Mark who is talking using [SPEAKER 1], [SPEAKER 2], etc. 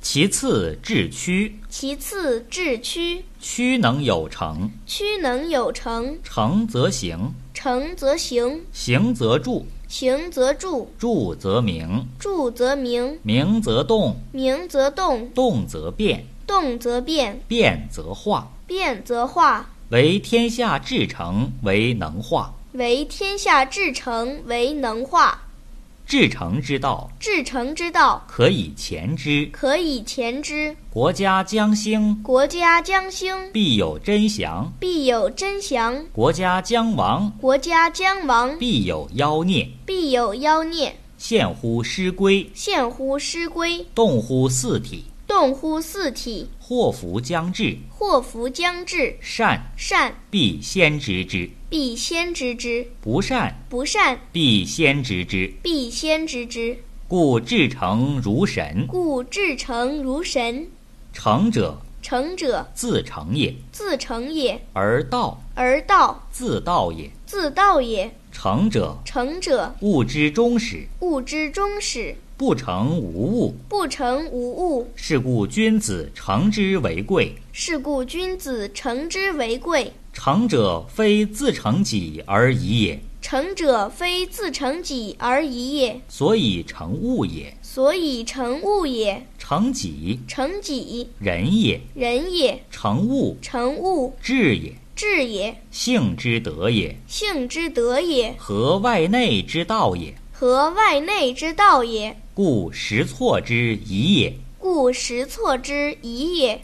[SPEAKER 1] 其次治区，
[SPEAKER 2] 其次治区，
[SPEAKER 1] 区能有成，
[SPEAKER 2] 区能有成，
[SPEAKER 1] 成则行，
[SPEAKER 2] 成则行，
[SPEAKER 1] 行则住，
[SPEAKER 2] 行则住，
[SPEAKER 1] 住则明，
[SPEAKER 2] 住则明，
[SPEAKER 1] 明则动，
[SPEAKER 2] 明则动，
[SPEAKER 1] 动则变，
[SPEAKER 2] 动则变，
[SPEAKER 1] 变则化。
[SPEAKER 2] 变则化。
[SPEAKER 1] 为天下至诚，为能化。
[SPEAKER 2] 为天下至诚，为能化。
[SPEAKER 1] 至诚之道，
[SPEAKER 2] 至诚之道，
[SPEAKER 1] 可以前之。
[SPEAKER 2] 可以前之。
[SPEAKER 1] 国家将兴，
[SPEAKER 2] 国家将兴，
[SPEAKER 1] 必有真祥；
[SPEAKER 2] 必有真祥；
[SPEAKER 1] 国家将亡，
[SPEAKER 2] 国家将亡，
[SPEAKER 1] 必有妖孽。
[SPEAKER 2] 必有妖孽。
[SPEAKER 1] 现乎师归，
[SPEAKER 2] 现乎师归，
[SPEAKER 1] 动乎四体，
[SPEAKER 2] 动乎四体，
[SPEAKER 1] 祸福将至。
[SPEAKER 2] 祸福将至。
[SPEAKER 1] 善
[SPEAKER 2] 善
[SPEAKER 1] 必先知之，
[SPEAKER 2] 必先知之，
[SPEAKER 1] 不善
[SPEAKER 2] 不善
[SPEAKER 1] 必先知之。
[SPEAKER 2] 必先知之。
[SPEAKER 1] 故至诚如神，
[SPEAKER 2] 故至诚如神。
[SPEAKER 1] 诚者
[SPEAKER 2] 诚者，
[SPEAKER 1] 自诚也，
[SPEAKER 2] 自诚也；
[SPEAKER 1] 而道
[SPEAKER 2] 而道，
[SPEAKER 1] 自道也。
[SPEAKER 2] 自道也。
[SPEAKER 1] 诚者
[SPEAKER 2] 诚者，
[SPEAKER 1] 物之终始，
[SPEAKER 2] 物之终始。
[SPEAKER 1] 不成无物。
[SPEAKER 2] 不成无物，
[SPEAKER 1] 是故君子诚之为贵。
[SPEAKER 2] 是故君子诚之为贵。
[SPEAKER 1] 诚者非自诚己而已也，
[SPEAKER 2] 诚者非自诚己而已也，
[SPEAKER 1] 所以诚物也。
[SPEAKER 2] 所以诚物也。
[SPEAKER 1] 诚己，
[SPEAKER 2] 诚己，
[SPEAKER 1] 人也；
[SPEAKER 2] 人也；
[SPEAKER 1] 诚物，
[SPEAKER 2] 诚物，
[SPEAKER 1] 智也；
[SPEAKER 2] 智也；
[SPEAKER 1] 性之德也，
[SPEAKER 2] 性之德也，
[SPEAKER 1] 和外内之道也。
[SPEAKER 2] 和外内之道也。
[SPEAKER 1] 故实错之宜也。
[SPEAKER 2] 故实错之宜也。